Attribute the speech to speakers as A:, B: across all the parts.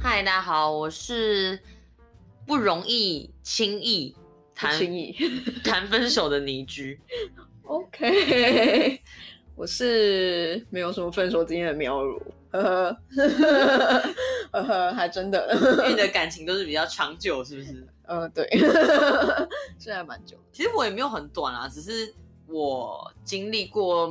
A: 嗨，大家好，我是不容易轻易谈
B: 轻易。
A: 谈分手的倪居。
B: OK，我 是没有什么分手经验的苗如，呵呵，呵呵，还真
A: 因为你
B: 的，
A: 的感情都是比较长久，是不是？
B: 呃，对， 是还蛮久的。
A: 其实我也没有很短啊，只是我经历过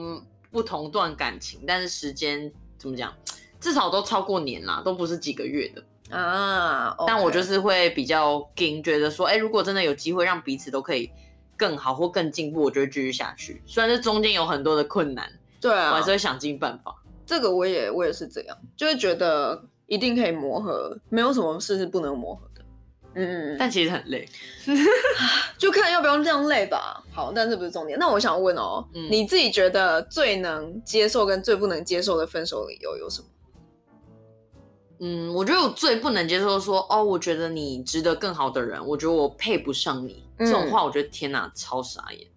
A: 不同段感情，但是时间怎么讲，至少都超过年啦，都不是几个月的。
B: 啊
A: 但我就是是会比较硬，觉得说，哎、如果真的有机会让彼此都可以更好或更进步，我就会继续下去。虽然这中间有很多的困难，
B: 对
A: 我
B: 啊
A: 还是，会想尽办法。
B: 这个我也我也是这样，就是觉得一定可以磨合，没有什么事是不能磨合的。嗯，
A: 但其实很累。
B: 就看要不要量累吧。好，但这不是重点。那我想问哦，
A: 嗯
B: 你自己觉得最能接受跟最不能接受的分手理由有什么？
A: 嗯，我觉得我最不能接受说，哦，我觉得你值得更好的人，我觉得我配不上你、
B: 嗯
A: 这种话，我觉得天哪，超傻眼。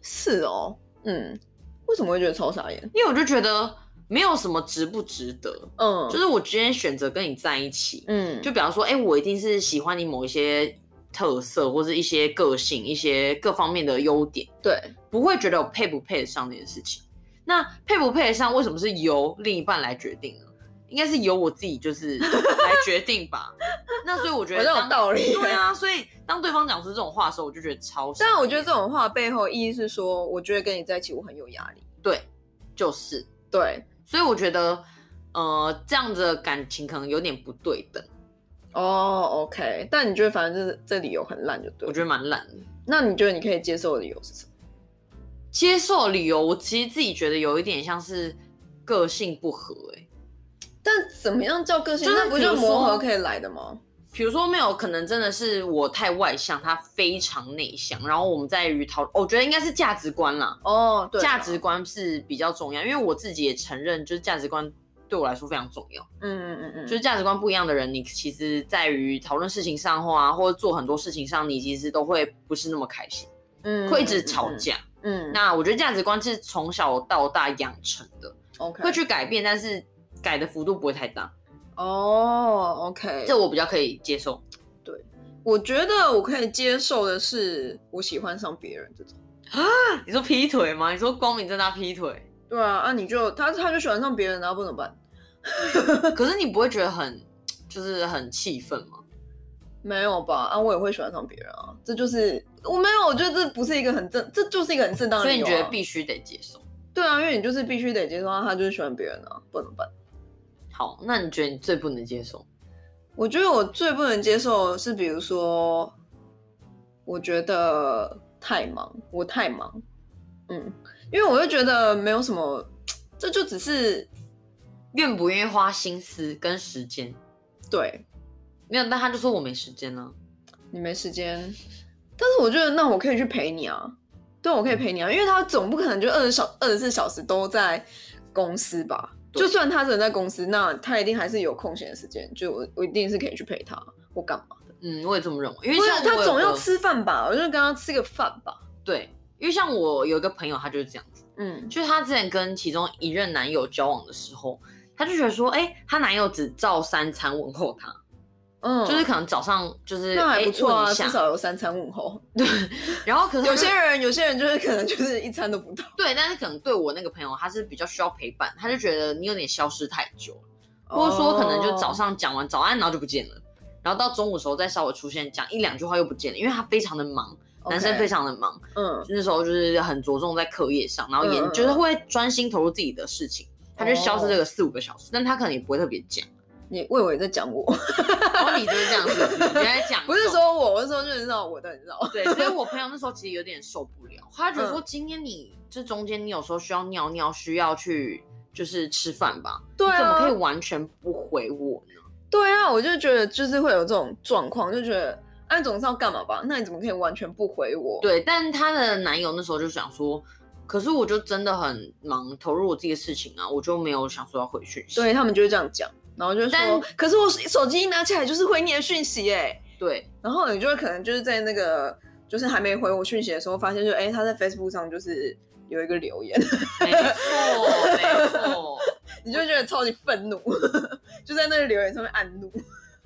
B: 是哦，嗯，为什么会觉得超傻眼？
A: 因为我就觉得没有什么值不值得，
B: 嗯，
A: 就是我今天选择跟你在一起，
B: 嗯，
A: 就比方说，哎、我一定是喜欢你某一些特色，或是一些个性、一些各方面的优点，
B: 对，
A: 不会觉得我配不配得上这件事情。那配不配得上，为什么是由另一半来决定呢？应该是由我自己就是来决定吧。那所以我觉
B: 好
A: 得
B: 像有
A: 当
B: 道理。
A: 对，啊， 所以当对方讲出这种话的时候，我就觉得超傻眼。
B: 但我觉得这种话背后意义是说，我觉得跟你在一起我很有压力。
A: 对，就是，
B: 对，
A: 所以我觉得，呃，这样子的感情可能有点不对等，
B: 哦、o k 但你觉得反正这这理由很烂就对
A: 我
B: 了。
A: 觉得蛮烂的。
B: 那你觉得你可以接受的理由是什么？
A: 接受的理由，我其实自己觉得有一点像是个性不合、欸，
B: 但怎么样叫个性？
A: 就是
B: 那不
A: 比如
B: 就磨合
A: 说
B: 可以来的吗？
A: 比如说没有，可能真的是我太外向，他非常内向，然后我们在于讨，哦我觉得应该是价值观啦，
B: 哦、对啊，
A: 价值观是比较重要，因为我自己也承认，就是价值观对我来说非常重要，
B: 嗯，嗯嗯嗯，
A: 就是价值观不一样的人，你其实在于讨论事情上或啊，或者做很多事情上，你其实都会不是那么开心，
B: 嗯
A: 会一直吵。架。
B: 嗯，嗯嗯
A: 那我觉得价值观是从小到大养成的，
B: OK，
A: 会去改变，但是改的幅度不会太大，
B: 哦，OK，
A: 这我比较可以接受。
B: 我觉得我可以接受的是，我喜欢上别人这种。
A: 啊你说劈腿吗？你说光明正大劈腿？
B: 对啊，啊，你就他他就喜欢上别人，然后不能办？
A: 可是你不会觉得很就是很气愤吗？
B: 没有吧？啊，我也会喜欢上别人啊，这就是我没有，我觉得这不是一个很正，这就是一个很正当的
A: 所以
B: 理
A: 你
B: 由啊、
A: 觉得必须得接受？
B: 对啊，因为你就是必须得接受他，他就是喜欢别人啊，不能办。
A: 好，那你觉得你最不能接受？
B: 我觉得我最不能接受的是，比如说，我觉得太忙，我太忙，嗯，因为我就觉得没有什么，这就只是
A: 愿不愿意花心思跟时间？
B: 对
A: 没有，但他就说我没时间啊呢、
B: 你没时间，但是我觉得那我可以去陪你啊，对，我可以
A: 嗯
B: 陪你啊，因为他总不可能就二十小二十四小时都在公司吧？
A: 对
B: 就算他真的在公司，那他一定还是有空闲的时间，就我我一定是可以去陪他，我干嘛？
A: 嗯，我也这么认为，因
B: 不
A: 为
B: 是
A: 像我有
B: 他总要
A: 个
B: 吃饭吧？我就跟他吃个饭吧，
A: 对，因为像我有一个朋友，他就是这样子，
B: 嗯
A: 就是他之前跟其中一任男友交往的时候，他就觉得说，哎、她男友只照三餐问候她，
B: 嗯，
A: 就是可能早上就是
B: 那还
A: 哎
B: 不错啊，
A: 问一
B: 至
A: 下，
B: 少有三餐 问候。
A: 然后可是他就
B: 有些人有些人就是可能就是一餐都不到
A: 对，但是可能对我那个朋友，他是比较需要陪伴，他就觉得你有点消失太久了，或者说可能就
B: 哦
A: 早上讲完早安，然后就不见了，然后到中午的时候再稍微出现，讲一两句话又不见了，因为他非常的忙，男生非
B: 常
A: 常的忙，
B: 嗯
A: 那时候就是很着重在课业上，然后研、
B: 嗯嗯嗯哦
A: 就是会专心投入自己的事情，他就消失这个四五个小时，但他可能也不会特别 讲，
B: 你我以为你在讲我，
A: 然后你就是这样子，你在讲，
B: 不是。说我，我是说就是知道我的，你知道吗？
A: 对，所以我朋友那时候其实有点受不了，他觉得
B: 嗯
A: 说今天你这中间你有时候需要尿尿，需要去就是吃饭吧，
B: 对
A: 你怎么可以
B: 啊，
A: 完全不回我呢？
B: 对啊，我就觉得就是会有这种状况，就觉得哎，总是要干嘛吧？那你怎么可以完全不回我？
A: 对，但她的男友那时候就想说，可是我就真的很忙，投入我自己的事情啊，我就没有想说要回讯息。
B: 对他们就会这样讲，然后就
A: 但
B: 说，可是我手机一拿起来就是回你的讯息哎、
A: 对
B: 然后你就会可能就是在那个就是还没回我讯息的时候，发现就哎、他在 Facebook 上就是有一个留言，
A: 没错没错，
B: 你就觉得超级愤怒， 就在那个留言上面按怒。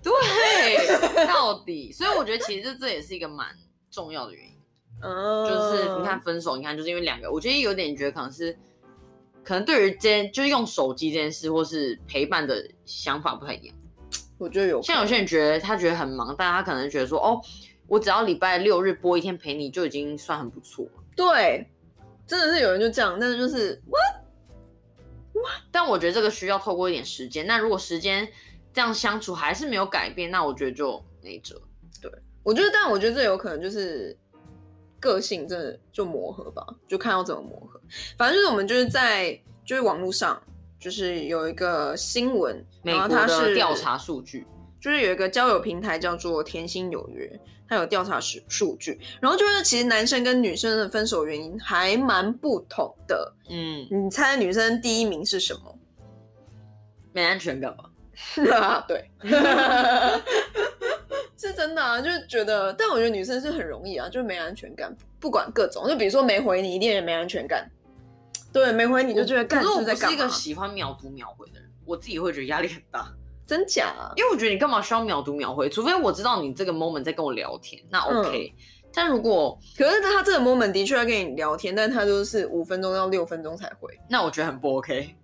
A: 对，到底，所以我觉得其实这这也是一个蛮重要的原因，
B: 嗯，
A: 就是你看分手，你看就是因为两个，我觉得有点觉得可能是，可能对于这件就是用手机这件事或是陪伴的想法不太一样。
B: 我觉得有
A: 像有些人觉得他觉得很忙，但他可能觉得说，哦，我只要礼拜六日播一天陪你就已经算很不错了。
B: 对，真的是有人就这样，但是就是
A: 但我觉得这个需要透过一点时间。那如果时间这样相处还是没有改变，那我觉得就没辙。
B: 我觉得，但我觉得这有可能就是个性真的就磨合吧，就看要怎么磨合。反正就是我们就是在就是网络上，就是有一个新闻，
A: 美
B: 然后
A: 国
B: 它
A: 的
B: 是
A: 调查数据，
B: 就是有一个交友平台叫做“甜心有约”，它有调查数数据，然后就是其实男生跟女生的分手原因还蛮不同的。
A: 嗯，
B: 你猜女生第一名是什么？
A: 没安全感吧？
B: 对， 是真的啊，就是觉得，但我觉得女生是很容易啊，就是没安全感，不管各种，就比如说没回你，一定也没安全感。对，没回你就觉得
A: 可
B: 干
A: 是
B: 是不
A: 我
B: 是
A: 不
B: 在
A: 是
B: 干
A: 一个
B: 嘛？
A: 喜欢秒读秒回的人，我自己会觉得压力很大，
B: 真假、啊？
A: 因为我觉得你干嘛需要秒读秒回？除非我知道你这个 moment 在跟我聊天，那
B: 嗯
A: OK。但如果
B: 可是他这个 moment 的确在跟你聊天，但他就是五分钟到六分钟才回，
A: 那我觉得很不 OK。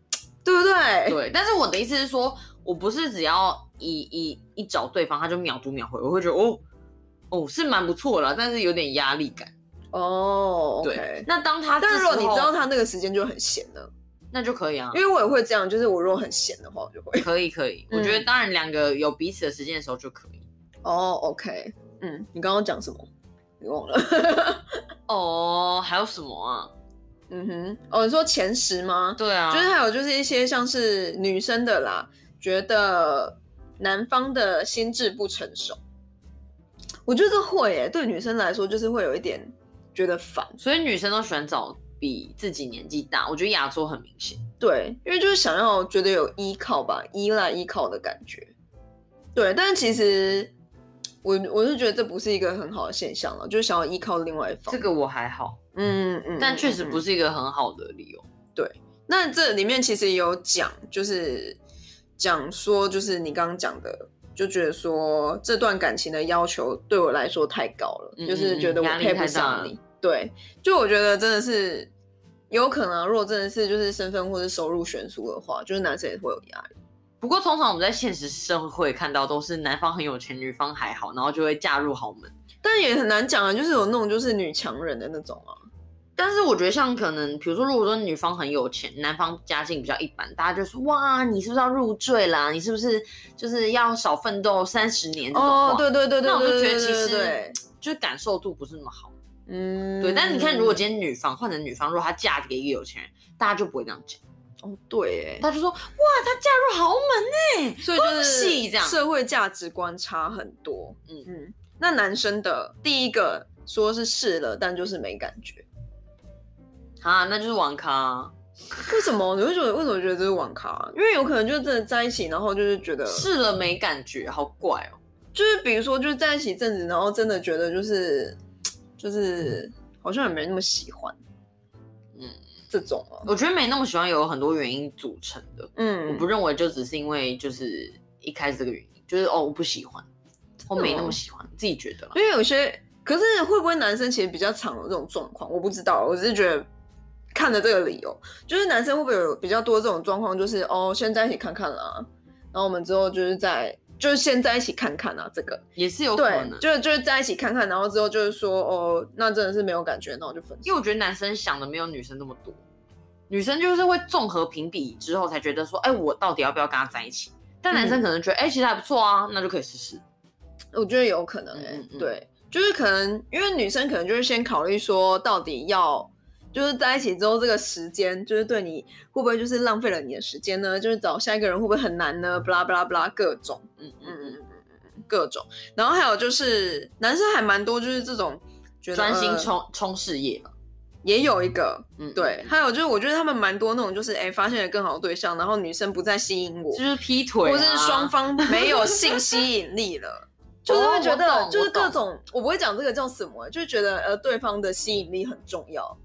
B: 对不对？
A: 对，但是我的意思是说，我不是只要一一一找对方他就秒读秒回，我会觉得哦哦是蛮不错啦，但是有点压力感。
B: 哦、o
A: 对
B: k，
A: 那当他
B: 但
A: 这
B: 如果
A: 时
B: 你
A: 候
B: 知道他那个时间就很闲了，
A: 那就可以啊
B: 因，为我也会这样，就是我如果很闲的话，我就会。
A: 可以可以。
B: 嗯
A: 我觉得当然两个有彼此的时间的时候就可以。
B: 哦、o k 嗯，你刚刚讲什么？你忘了？
A: 哦，还有什么啊？
B: 嗯哼，哦，你说前十吗？
A: 对啊，
B: 就是还有就是一些像是女生的啦，觉得男方的心智不成熟，我觉得这会耶，对女生来说就是会有一点觉得烦，
A: 所以女生都喜欢找比自己年纪大，我觉得亚洲很明显。
B: 对，因为就是想要觉得有依靠吧，依赖依靠的感觉，对，但其实我我是觉得这不是一个很好的现象了，就是想要依靠另外一方，
A: 这个我还好，
B: 嗯嗯，
A: 但确实不
B: 是。
A: 是一个很好的理由。
B: 那这里面其实也有讲，就是讲说，就是你刚刚讲的，就觉得说这段感情的要求对我来说太高了，
A: 嗯
B: 就是觉
A: 嗯
B: 得
A: 嗯
B: 我
A: 压力
B: 配不
A: 太大
B: 上
A: 了
B: 你。对，就我觉得真的是有可能啊、如果真的是就是身份或者收入悬殊的话，就是男生也会有压力。
A: 不过通常我们在现实社会看到都是男方很有钱，女方还好，然后就会嫁入豪门。
B: 但也很难讲啊，就是有那种就是女强人的那种啊，
A: 但是我觉得像可能，比如说，如果说女方很有钱，男方家境比较一般，大家就说哇，你是不是要入赘啦？你是不是就是要少奋斗三十年这种话？
B: 哦，对对对对
A: 那我
B: 对
A: 就觉
B: 对
A: 得其
B: 对
A: 实
B: 对，
A: 就是感受度不是那么好。
B: 嗯，
A: 对，但你看，如果今天女方换成女方，如果她嫁给一个有钱人，大家就不会这样讲，
B: 哦对，
A: 大家就说哇，她嫁入豪门呢、
B: 所以就
A: 恭喜
B: 是
A: 这样
B: 社会价值观差很多。嗯
A: 嗯
B: 嗯，那男生的第一个说是试了，但就是没感觉，
A: 啊，那就是网咖啊。
B: 为什么？你为什么为什么觉得这是网咖、啊因为有可能就真的在一起，然后就是觉得，
A: 试了没感觉，好怪哦。
B: 就是比如说就是在一起一阵子，然后真的觉得就是就是好像也没那么喜欢，嗯
A: 嗯，
B: 这种啊，
A: 我觉得没那么喜欢，有很多原因组成的。
B: 嗯，
A: 我不认为就只是因为就是一开始这个原因，就是哦我不喜欢，我没
B: 哦
A: 那么喜欢，自己觉得啦。
B: 因为有些，可是会不会男生其实比较常有这种状况？我不知道，我只是觉得看了这个理由，就是男生会不会有比较多这种状况？就是哦，先在一起看看啦，然后我们之后就是在就是先在一起看看啊，这个
A: 也是有可
B: 对
A: 能，，
B: 就是就是在一起看看，然后之后就是说哦，那真的是没有感觉，那我就分
A: 因为
B: 手。
A: 我觉得男生想的没有女生那么多，女生就是会综合评比之后才觉得说，哎、我到底要不要跟他在一起？但男
B: 嗯
A: 生可能觉得，哎、其实还不错啊，那就可以试试。
B: 我觉得有可能、欸，
A: 嗯嗯嗯
B: 对，就是可能因为女生可能就是先考虑说到底要。就是在一起之后，这个时间就是对你会不会就是浪费了你的时间呢？就是找下一个人会不会很难呢？不啦不啦不啦，各种，
A: 嗯
B: 嗯
A: 嗯
B: 嗯
A: 嗯，
B: 嗯嗯嗯，各种。然后还有就是男生还蛮多，就是这种觉得
A: 专心
B: 呃
A: 冲冲事业吧。
B: 也有一个，
A: 嗯，
B: 对，
A: 嗯
B: 还有就是我觉得他们蛮多那种，就是哎、发现了更好的对象，然后女生不再吸引我，
A: 就是劈腿、啊，
B: 或是双方没有性吸引力 了。就是会觉
A: 我
B: 得，
A: 懂
B: 就是
A: 我懂
B: 各种，哦我不会讲这个叫什么、就是觉得呃，对方的吸引力很重要，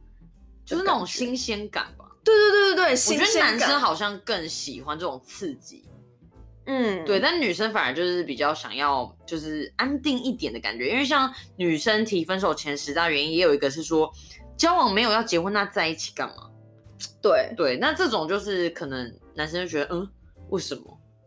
A: 就是那种新鲜感吧。
B: 对对对对对，
A: 我
B: 新
A: 觉得
B: 鲜
A: 男生
B: 感，
A: 好像更喜欢这种刺激，
B: 嗯，
A: 对，但女生反而就是比较想要就是安定一点的感觉，因为像女生提分手前十大原因，也有一个是说交往没有要结婚，那在一起干嘛？
B: 对，
A: 对，那这种就是可能男生就觉得嗯，为什么？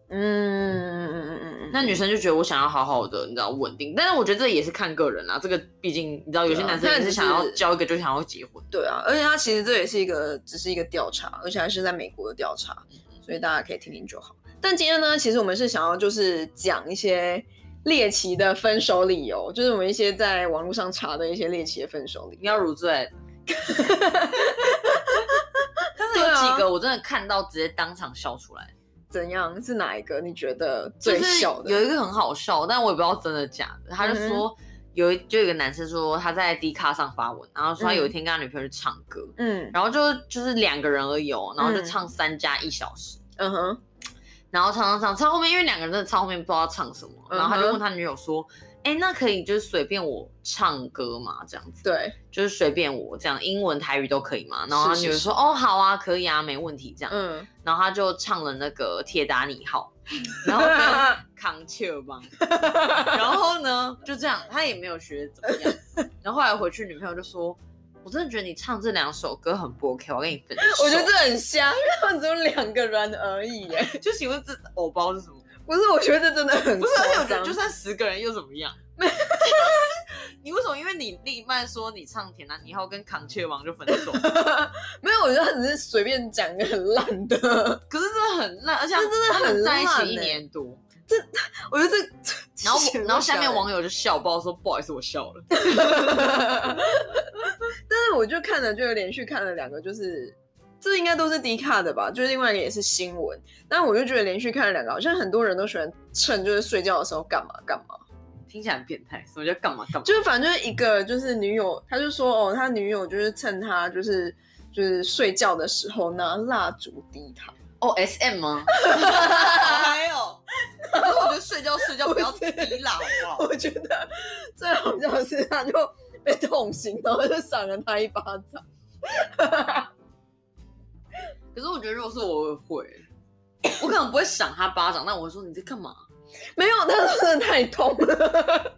B: 嗯嗯嗯嗯嗯嗯，
A: 那女生就觉得我想要好好的，你知道稳定，但是我觉得这也是看个人啦，这个毕竟你知道有些
B: 对啊
A: 男生
B: 那
A: 也是
B: 只
A: 想要
B: 是
A: 交一个就想要结婚，
B: 对啊，而且它其实这也是一个只是一个调查，而且还是在美国的调查，所以大家可以听听就好。但今天呢，其实我们是想要就是讲一些猎奇的分手理由，就是我们一些在网络上查的一些猎奇的分手理
A: 你
B: 由。
A: 要如 醉。但是有
B: 对啊
A: 几个我真的看到直接当场笑出来，
B: 怎样是哪一个你觉得
A: 就
B: 最
A: 是
B: 小的？嗯
A: 有一个很好笑，但我也不知道真的假的。他就说、有一就有一个男生说他在 D 卡上发文，然后说他
B: 嗯
A: 有一天跟他女朋友去唱歌，
B: 嗯
A: 然后就就是两个人而已哦，然后就
B: 嗯
A: 唱三加一小时，
B: 嗯哼，
A: 然后唱唱唱唱后面，因为两个人真的唱后面不知道唱什么，然后他就
B: 嗯哼
A: 问他女友说：“哎、那可以就是随便我唱歌吗？这样子，，
B: 对，
A: 就是随便我这样，英文、台语都可以吗？”然后他
B: 是
A: 女
B: 是
A: 友说：“哦，好啊，可以啊，没问题。”这样，
B: 嗯，
A: 然后他就唱了那个《铁达尼号》，然后就康切邦，然后呢就这样，他也没有学怎么样，然后后来回去女朋友就说。我真的觉得你唱这两首歌很不 OK，我跟你分手。
B: 我觉得这很瞎，因为他们只有两个人而已，哎，
A: 这就请问这偶包是什么？
B: 不是，我觉得这真的很
A: 不是，而且我觉得就
B: 夸张
A: 算十个人又怎么样？ 你为什么因为你另一半说你唱《铁男以后跟康雀王就分手？
B: 没有，我觉得他只是随便讲个很烂的。
A: 可是真的很烂，而且他们
B: 这真的很
A: 在一
B: 烂欸
A: 起一年 多，
B: 我 觉得这，
A: 然后
B: 这
A: 然后下面
B: 这
A: 网友就笑爆说不好意思我笑了，
B: 但是我就看了，就连续看了两个，就是这应该都是低卡的吧，就是另外一个也是新闻。但我就觉得连续看了两个，好像很多人都喜欢趁就是睡觉的时候干嘛干嘛，
A: 听起来很变态，什么叫干嘛干嘛？
B: 就是反正就是一个就是女友，他就说哦，他女友就是趁他就是就是睡觉的时候拿蜡烛滴他，
A: 哦 S M 吗？ 还有，可是我觉得睡觉睡觉不要
B: 不是
A: 低啦好不好？
B: 我觉得最好笑的是他就被痛醒，然后就赏了他一巴掌。
A: 可是我觉得如果是我我会，我可能不会赏他巴掌，但我会说你在干嘛？
B: 没有，他说真的太痛了。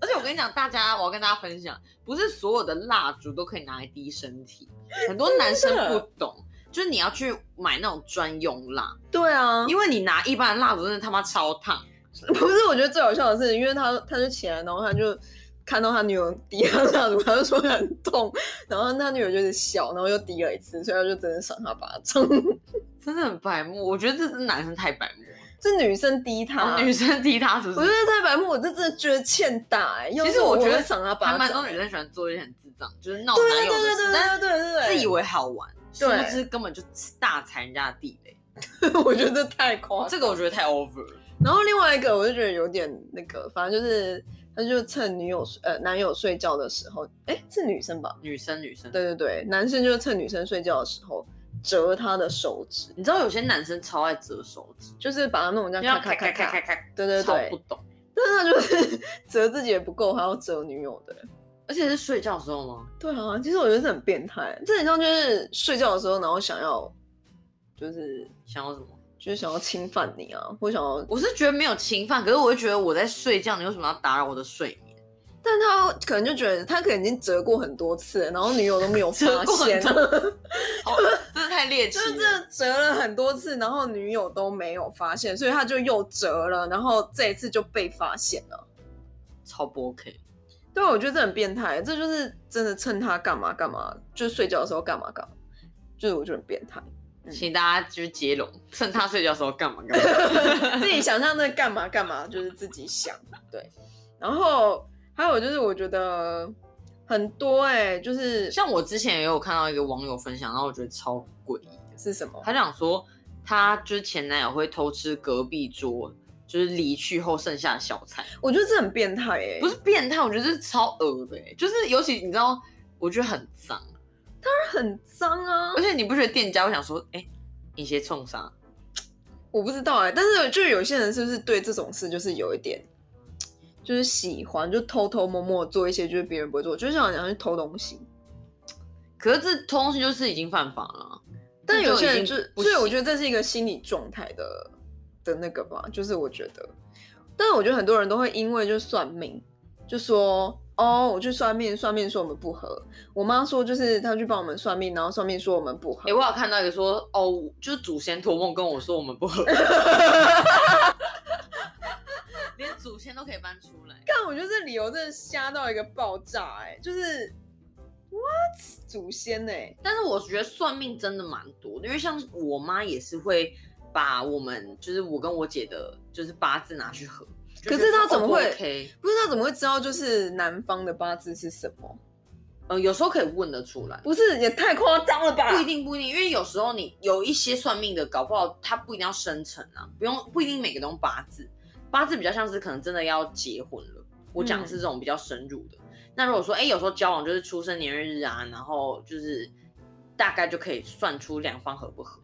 A: 而且我跟你讲，大家我要跟大家分享，不是所有的蜡烛都可以拿来滴身体，很多男生不懂，就是你要去买那种专用蜡，
B: 对啊，
A: 因为你拿一般的蜡烛真的他妈超烫，
B: 不是，我觉得最好笑的是，因为他他就起来，然后他就看到他女友滴他蜡烛，他就说很痛，然后他女友就是笑，然后又滴了一次，所以他就真的赏他巴掌。
A: 真的很白目。我觉得这是男生太白目了，
B: 是女生滴他，
A: 然后女生踢他是不
B: 嗯我觉
A: 是？
B: 得太白目，我这真的觉得欠打、欸。要
A: 其
B: 是
A: 实我觉
B: 会
A: 得
B: 赏他
A: 还
B: 巴
A: 蛮
B: 掌，欸
A: 多女生喜欢做一些很智障，就是闹
B: 对
A: 男
B: 对
A: 友的
B: 对
A: 事，
B: 对啊
A: 但
B: 对对对对，
A: 自以为好玩，殊
B: 对
A: 不知根本就大踩人家的地雷。
B: 啊 我觉得太夸张。
A: 这个我觉得太 over 了。
B: 然后另外一个我就觉得有点那个，反正就是他就趁女友睡呃男友睡觉的时候，哎、是女生吧？
A: 女生女生，
B: 对对对，男生就是趁女生睡觉的时候折她的手指，
A: 你知道有些男生超爱折手指，
B: 就是把它弄成这
A: 要
B: 样
A: 咔
B: 咔
A: 咔
B: 咔
A: 咔
B: 咔
A: 咔
B: 咔。
A: 咔，
B: 对对
A: 超不
B: 对，
A: 懂。
B: 但是他就是 折自己也不够，还要折女友的。欸
A: 而且是睡觉的时候吗？
B: 对啊，其实我觉得这很变态，欸这很像就是睡觉的时候，然后想要就是
A: 想要什么？
B: 就是想要侵犯你啊，或想要，
A: 我是觉得没有侵犯，可是我会觉得我在睡觉，你为什么要打扰我的睡眠？
B: 但他可能就觉得他可能已经折过很多次了，然后女友都没有
A: 折
B: 发
A: 过很
B: 现，
A: 多好，真的太猎奇
B: 就
A: 了。
B: 是这折了很多次，然后女友都没有发现，所以他就又折了，然后这一次就被发现了。
A: 超不 OK。
B: 对，啊我觉得这很变态，这就是真的趁他干嘛干嘛，就是睡觉的时候干嘛干嘛，就是我觉得很变态。嗯
A: 请大家就是接龙，趁他睡觉的时候干嘛干嘛。
B: 自己想象那干嘛干嘛，就是自己想。对，然后还有就是我觉得很多哎、就是
A: 像我之前也有看到一个网友分享，然后我觉得超诡异的。
B: 是什么？
A: 他讲说，他就是前男友会偷吃隔壁桌，就是离去后剩下的小菜，
B: 我觉得这很变态哎、
A: 不是变态，我觉得这是超恶的、欸，就是尤其你知道，我觉得很脏，
B: 很脏啊
A: 而，且你不觉得店家会想说，哎、你鞋冲啥？
B: 我不知道哎、但是就有些人是不是对这种事就是有一点。就是喜欢，就偷偷摸摸做一些就是别人不会做，就像想去偷东西。
A: 可是这通通就是已经犯法了。啊
B: 但有些
A: 这
B: 人就
A: 就已经，不
B: 所以我
A: 行
B: 觉得这是一个心理状态的的那个吧，就是我觉得，但我觉得很多人都会因为就算命，就说哦，我去算命，算命说我们不合，我妈说就是她去帮我们算命，然后算命说我们不合
A: 哎、，我有看到一个说，哦，就是祖先托梦跟我说我们不 合，连祖先都可以搬出来。
B: 但我觉得这理由真的瞎到一个爆炸、哎，就是 what 祖先呢、欸
A: 但是我觉得算命真的蛮多的，因为像我妈也是会把我们，就是我跟我姐的，就是八字拿去合。就
B: 可
A: 觉
B: 是
A: 得哦
B: 她怎么会
A: OK？
B: 不知道怎么会知道就是男方的八字是什么，
A: 呃，有时候可以问得出来，
B: 不是也太夸张了吧？
A: 不一定不一定，因为有时候你有一些算命的，搞不好他不一定要生辰啊，不用不一定每个都用八字，八字比较像是可能真的要结婚了。我讲的是这种比较深入的。那如果说，哎、有时候交往就是出生年月日啊，然后就是大概就可以算出两方合不合。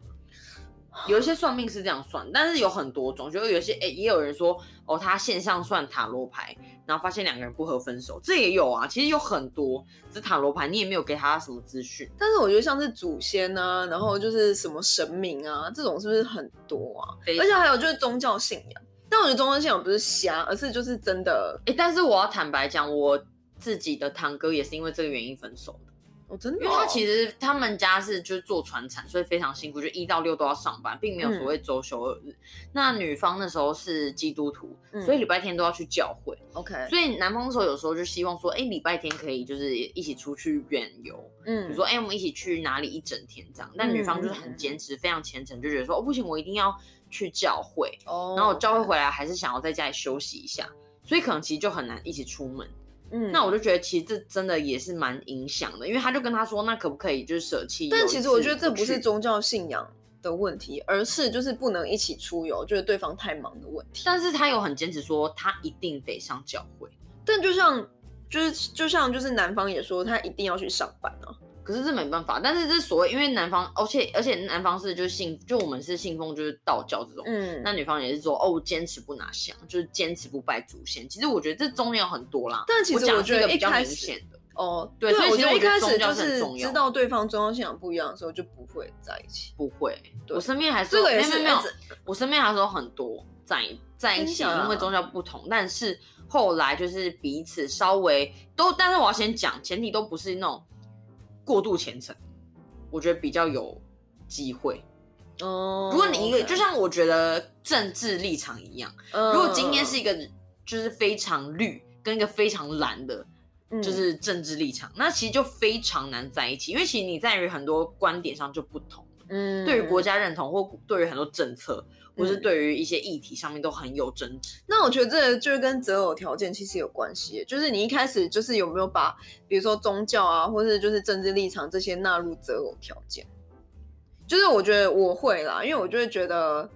A: 有一些算命是这样算，但是有很多种，就有一些哎、也有人说哦，他线上算塔罗牌，然后发现两个人不合分手，这也有啊。其实有很多，只是塔罗牌你也没有给他什么资讯。
B: 但是我觉得像是祖先啊，然后就是什么神明啊，这种是不是很多啊？
A: 非
B: 而
A: 常
B: 且还有就是宗教信仰，但我觉得宗教信仰不是瞎，而是就是真的，
A: 哎、但是我要坦白讲，我自己的堂哥也是因为这个原因分手的，
B: 我、哦真的
A: 因为他其实他们家是就是做船产，所以非常辛苦，就一到六都要上班，并没
B: 嗯
A: 有所谓周休二日。那女方那时候是基督徒，
B: 嗯
A: 所以礼拜天都要去教会，
B: OK，
A: 所以男方那时候有时候就希望说，哎、礼拜天可以就是一起出去远游，比
B: 嗯
A: 如说，哎、我们一起去哪里一整天这样。但女方就是很坚持，非常虔诚，就觉得说，哦，不行，我一定要去教会。
B: 哦
A: 然后我教会回来还是想要在家里休息一下，所以可能其实就很难一起出门。
B: 嗯
A: 那我就觉得其实这真的也是蛮影响的，因为他就跟他说，那可不可以就是舍弃？
B: 但其实我觉得这不是
A: 重，
B: 宗教信仰的问题，而是就是不能一起出游，就是对方太忙的问题。
A: 但是他有很坚持说他一定得上教会，
B: 但就像就是就像就是男方也说他一定要去上班啊，
A: 可是这没办法。但是这所谓因为男方，而且而且男方是就是信，就我们是信奉就是道教这种，
B: 嗯
A: 那女方也是说哦坚持不拿香，就是坚持不拜祖先。其实我觉得这中间有很多啦，
B: 但其
A: 我
B: 实
A: 讲
B: 我
A: 的是
B: 觉得
A: 一个
B: 一
A: 比较
B: 开
A: 明
B: 始
A: 显的。
B: 哦，
A: 对所以
B: 我
A: 其实
B: 觉得
A: 我
B: 一
A: 觉得
B: 开
A: 宗
B: 始
A: 教
B: 就是
A: 很
B: 是
A: 重要
B: 知道对方宗教信仰不一样的时候，就不会在一起。
A: 不会，
B: 对
A: 我身边还是
B: 这
A: 有
B: 个也
A: 没有
B: 是
A: 没有
B: 哎
A: 没有，我身边还是有很多在在一起，
B: 真假
A: 因为宗教不同，但是后来就是彼此稍微都，但是我要先讲，前提都不是那种过度虔诚，我觉得比较有机会。
B: 哦
A: 如果你一个
B: OK
A: 就像我觉得政治立场一样，
B: 嗯
A: 如果今天是一个就是非常绿跟一个非常蓝的，
B: 嗯
A: 就是政治立场，那其实就非常难在一起，因为其实你在于很多观点上就不同。
B: 嗯
A: 对于国，家认同或对于很多政策，或是对于一些议题上面都很有争执。
B: 那我觉得这就是跟择偶条件其实有关系，就是你一开始就是有没有把比如说宗教啊，或是就是政治立场这些纳入择偶条件。就是我觉得我会啦，因为我就会觉得，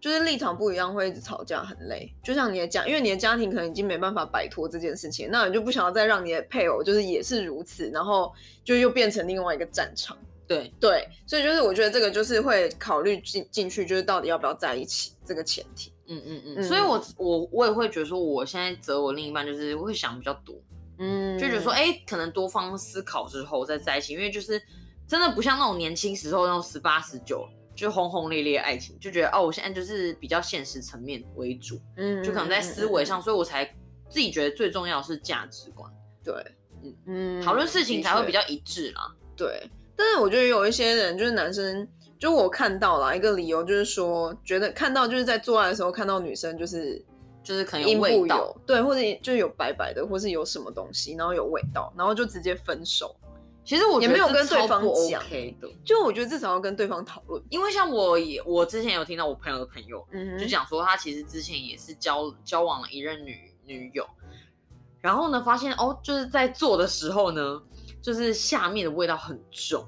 B: 就是立场不一样会一直吵架，很累。就像你的家，因为你的家庭可能已经没办法摆脱这件事情，那你就不想要再让你的配偶就是也是如此，然后就又变成另外一个战场。
A: 对，
B: 对，所以就是我觉得这个就是会考虑进进去，就是到底要不要在一起这个前提。
A: 嗯嗯嗯。
B: 嗯
A: 所以我我我也会觉得说，我现在择我另一半就是会想比较多，
B: 嗯，
A: 就觉得说，哎、可能多方思考之后再在一起，因为就是真的不像那种年轻时候那种十八十九。就轰轰烈烈的爱情，就觉得哦，我现在就是比较现实层面为主，
B: 嗯
A: 就可能在思维上，所以我才自己觉得最重要的是价值观，
B: 对，
A: 嗯
B: 嗯
A: 讨论事情才会比
B: 较
A: 较一致啦。
B: 对。但是我觉得有一些人，就是男生，就我看到啦，一个理由就是说，觉得看到就是在做爱的时候看到女生就是
A: 就是可能
B: 阴
A: 有味
B: 部
A: 道，
B: 有对，或者就是有白白的，或是有什么东西，然后有味道，然后就直接分手。
A: 其实我觉得
B: 也没有
A: 这
B: 跟对
A: 超不
B: 方讲
A: OK 的，
B: 就我觉得至少要跟对方讨论，
A: 因为像我也我之前有听到我朋友的朋友
B: 嗯
A: 就讲说，他其实之前也是交交往了一任女女友，然后呢发现哦，就是在做的时候呢，就是下面的味道很重，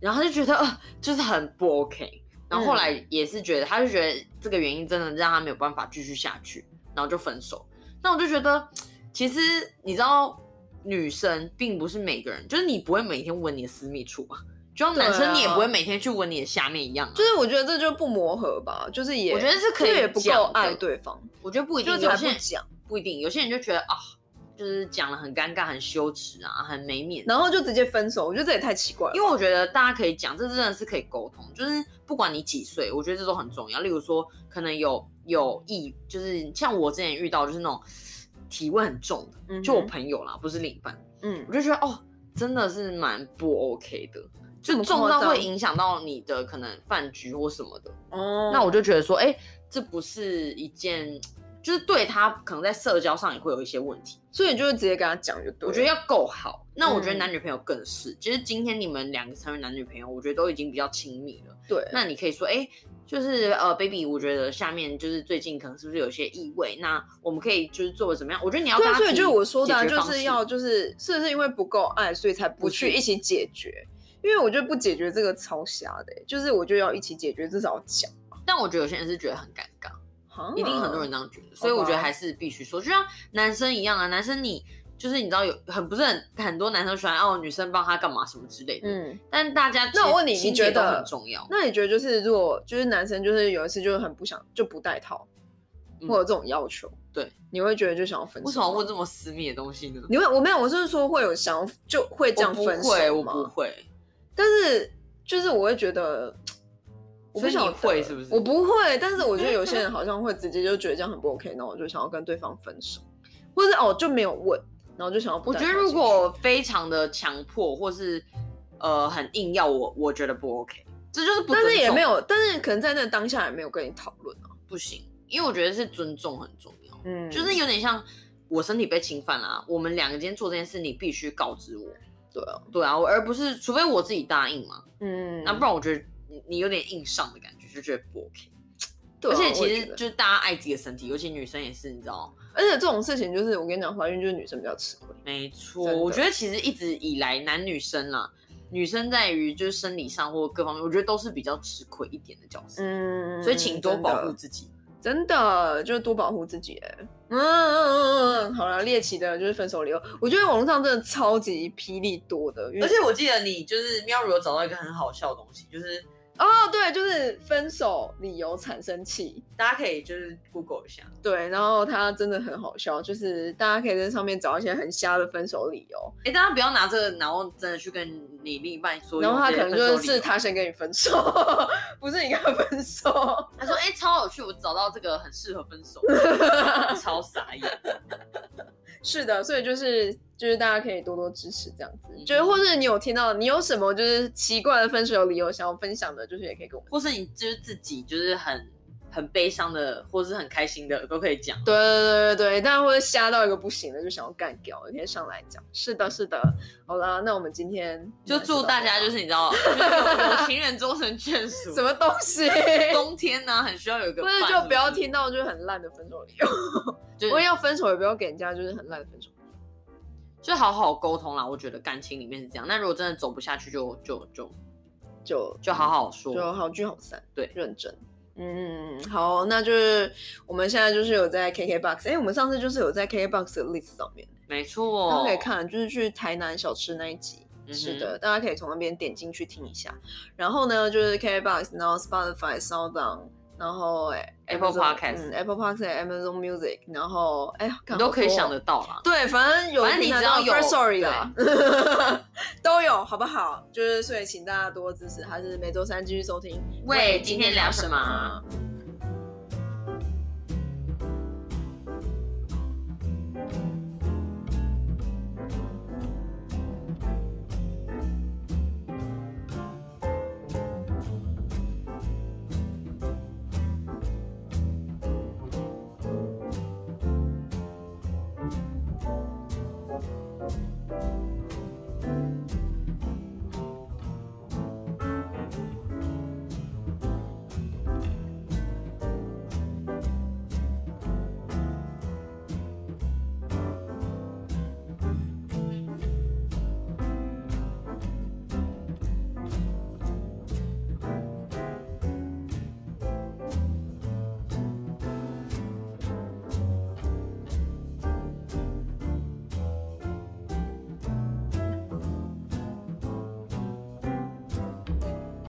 A: 然后他就觉得呃就是很不 OK，然
B: 嗯
A: 后后来也是觉得他就觉得这个原因真的让他没有办法继续下去，然后就分手。那我就觉得其实你知道。女生并不是每个人，就是你不会每天闻你的私密处嘛，就像男
B: 对
A: 生
B: 啊
A: 你也不会每天去闻你的下面一样、啊。
B: 就是我觉得这就不磨合吧，就是也
A: 我觉得是可以
B: 就也不
A: 讲
B: 够
A: 的
B: 爱对方，
A: 我觉得不一定，
B: 就
A: 有
B: 才不
A: 些人
B: 讲。
A: 不一定，有些人就觉得啊，就是讲了很尴尬、很羞耻啊、很没面子。
B: 然后就直接分手，我觉得这也太奇怪了。
A: 因为我觉得大家可以讲，这真的是可以沟通，就是不管你几岁，我觉得这都很重要。例如说，可能有有意，就是像我之前遇到，就是那种体味很重的，
B: 为
A: 就我朋友啦，不是另一半，
B: 嗯
A: 我就觉得哦，真的是蛮不 OK 的，就
B: 这么
A: 重到
B: 夸张
A: 会影响到你的可能饭局或什么的。
B: 哦，
A: 那我就觉得说，哎、这不是一件，就是对他可能在社交上也会有一些问题。
B: 所以你就会直接跟他讲就对了。
A: 我觉得要够好。那我觉得
B: 嗯
A: 男女朋友更是，其实今天你们两个成为男女朋友，我觉得都已经比较亲密了。
B: 对，
A: 那你可以说，哎、就是呃，baby，我觉得下面就是最近可能是不是有些异味？那我们可以就是做怎么样？我觉得你要
B: 对
A: 跟他
B: 啊，所以
A: 提
B: 就我说的啊、
A: 解决
B: 就
A: 方
B: 是
A: 式
B: 要就是是不是因为不够爱，所以才不
A: 不
B: 去
A: 去
B: 一起解决？因为我觉得不解决这个超瞎的欸、就是我就要一起解决，至少要讲。
A: 但我觉得有些人是觉得很尴尬，
B: 哈
A: 一定很
B: 嗯
A: 多人这样觉得，所以我觉得还是必须说，就像男生一样啊，男生你就是你知道有很不是很很多男生喜欢哦，女生帮他干嘛什么之类的，
B: 嗯，
A: 但大家
B: 那我问你
A: 其实
B: 你觉得
A: 细节都很重要？
B: 那你觉得就是如果就是男生就是有一次就是很不想就不戴套，
A: 嗯
B: 会有这种要求，
A: 对，
B: 你会觉得就想要分手？
A: 为什么要问？这么私密的东西呢？
B: 你会我没有，我是说会有想要就会这样
A: 我不
B: 分手
A: 会，我
B: 吗
A: 不会。
B: 但是就是我会觉得，我不
A: 所以你
B: 想
A: 会是不是
B: 我不会，但是我觉得有些人好像会直接就觉得这样很不 OK，然后我就想要跟对方分手，或者是哦就没有问，然后就想要不
A: 我
B: 带
A: 觉
B: 他
A: 得
B: 进去。
A: 如果非常的强迫，或是呃很硬要我，我觉得不 OK，这就是不
B: 但是
A: 尊
B: 也
A: 重
B: 没有，但是可能在那当下也没有跟你讨论啊。
A: 不行，因为我觉得是尊重很重要，
B: 嗯，
A: 就是有点像我身体被侵犯了、啊我们两个今天做这件事，你必须告知我，
B: 对啊，
A: 对啊，我而不是除非我自己答应嘛，
B: 嗯，
A: 啊那不然我觉得你你有点硬上的感觉，就觉得不 OK。
B: 对啊
A: 而且
B: 我
A: 其
B: 也
A: 实
B: 觉得
A: 就是大家爱自己的身体，尤其女生也是，你知道，
B: 而且这种事情就是我跟你讲，怀孕就是女生比较吃亏。
A: 没错，
B: 真的
A: 我觉得其实一直以来男女生啦，女生在于就是生理上或各方面，我觉得都是比较吃亏一点的角色，
B: 嗯
A: 所以请多保护自己。
B: 真的，就是多保护自己哎。嗯嗯嗯嗯，好了，猎奇的就是分手理由，我觉得网络上真的超级霹雳多的，因为
A: 而且我记得你就是喵如有找到一个很好笑的东西，就是
B: 哦对，就是分手理由产生器，
A: 大家可以就是 Google 一下，
B: 对，然后它真的很好笑，就是大家可以在上面找一些很瞎的分手理由，
A: 哎、大家不要拿这个，然后真的去跟你另一半说，
B: 然后他
A: 他
B: 可能就是他先跟你分手，不是你跟他分手，
A: 他说哎、诶超有趣，我找到这个很适合分手， 超傻眼，
B: 是的，所以就是就是大家可以多多支持这样子，
A: 嗯
B: 就是或者你有听到你有什么就是奇怪的分手理由想要分享的，就是也可以跟我们。
A: 或是你就是自己就是很很悲伤的，或是很开心的都可以讲。
B: 对对对对对，但会吓到一个不行的，就想要干掉，也可以上来讲。是的，是的。好啦，那我们今天
A: 就祝大家就是你知道，就是有有情人终成眷属。
B: 什么东 西，
A: 冬天呢、很需要有一个
B: 不
A: 伴，
B: 是就不要
A: 是
B: 听到就是很烂的分手理由。
A: 是，
B: 我
A: 就
B: 也要分手，也不要给人家就是很烂的分手。
A: 就好好沟通啦。我觉得感情里面是这样，那如果真的走不下去就，就就就
B: 就
A: 好好说。
B: 就好聚好散，
A: 对
B: 认真。嗯，好，那就是我们现在就是有在 KKBOX，哎、我们上次就是有在 KKBOX 的 list 上面，
A: 没错，
B: 大家可以看，啊就是去台南小吃那一集，
A: 哦嗯哼
B: 是的，大家可以从那边点进去听一下。然后呢，就是 KKBOX，然后 Spotify、Sound On，然后、哎
A: Apple
B: Amazon-
A: Podcast
B: 嗯、Apple Podcast、Amazon Music，然后哎呀，
A: 你
B: 干
A: 都可以想。
B: 好多哦
A: 得到啦。
B: 对，反正有
A: 反正你
B: 听得
A: 只要
B: 到
A: 有
B: First Story 啦， 都有，好不好？就是所以请大家多支持，还是每周三继续收听。
A: 喂今天聊什么？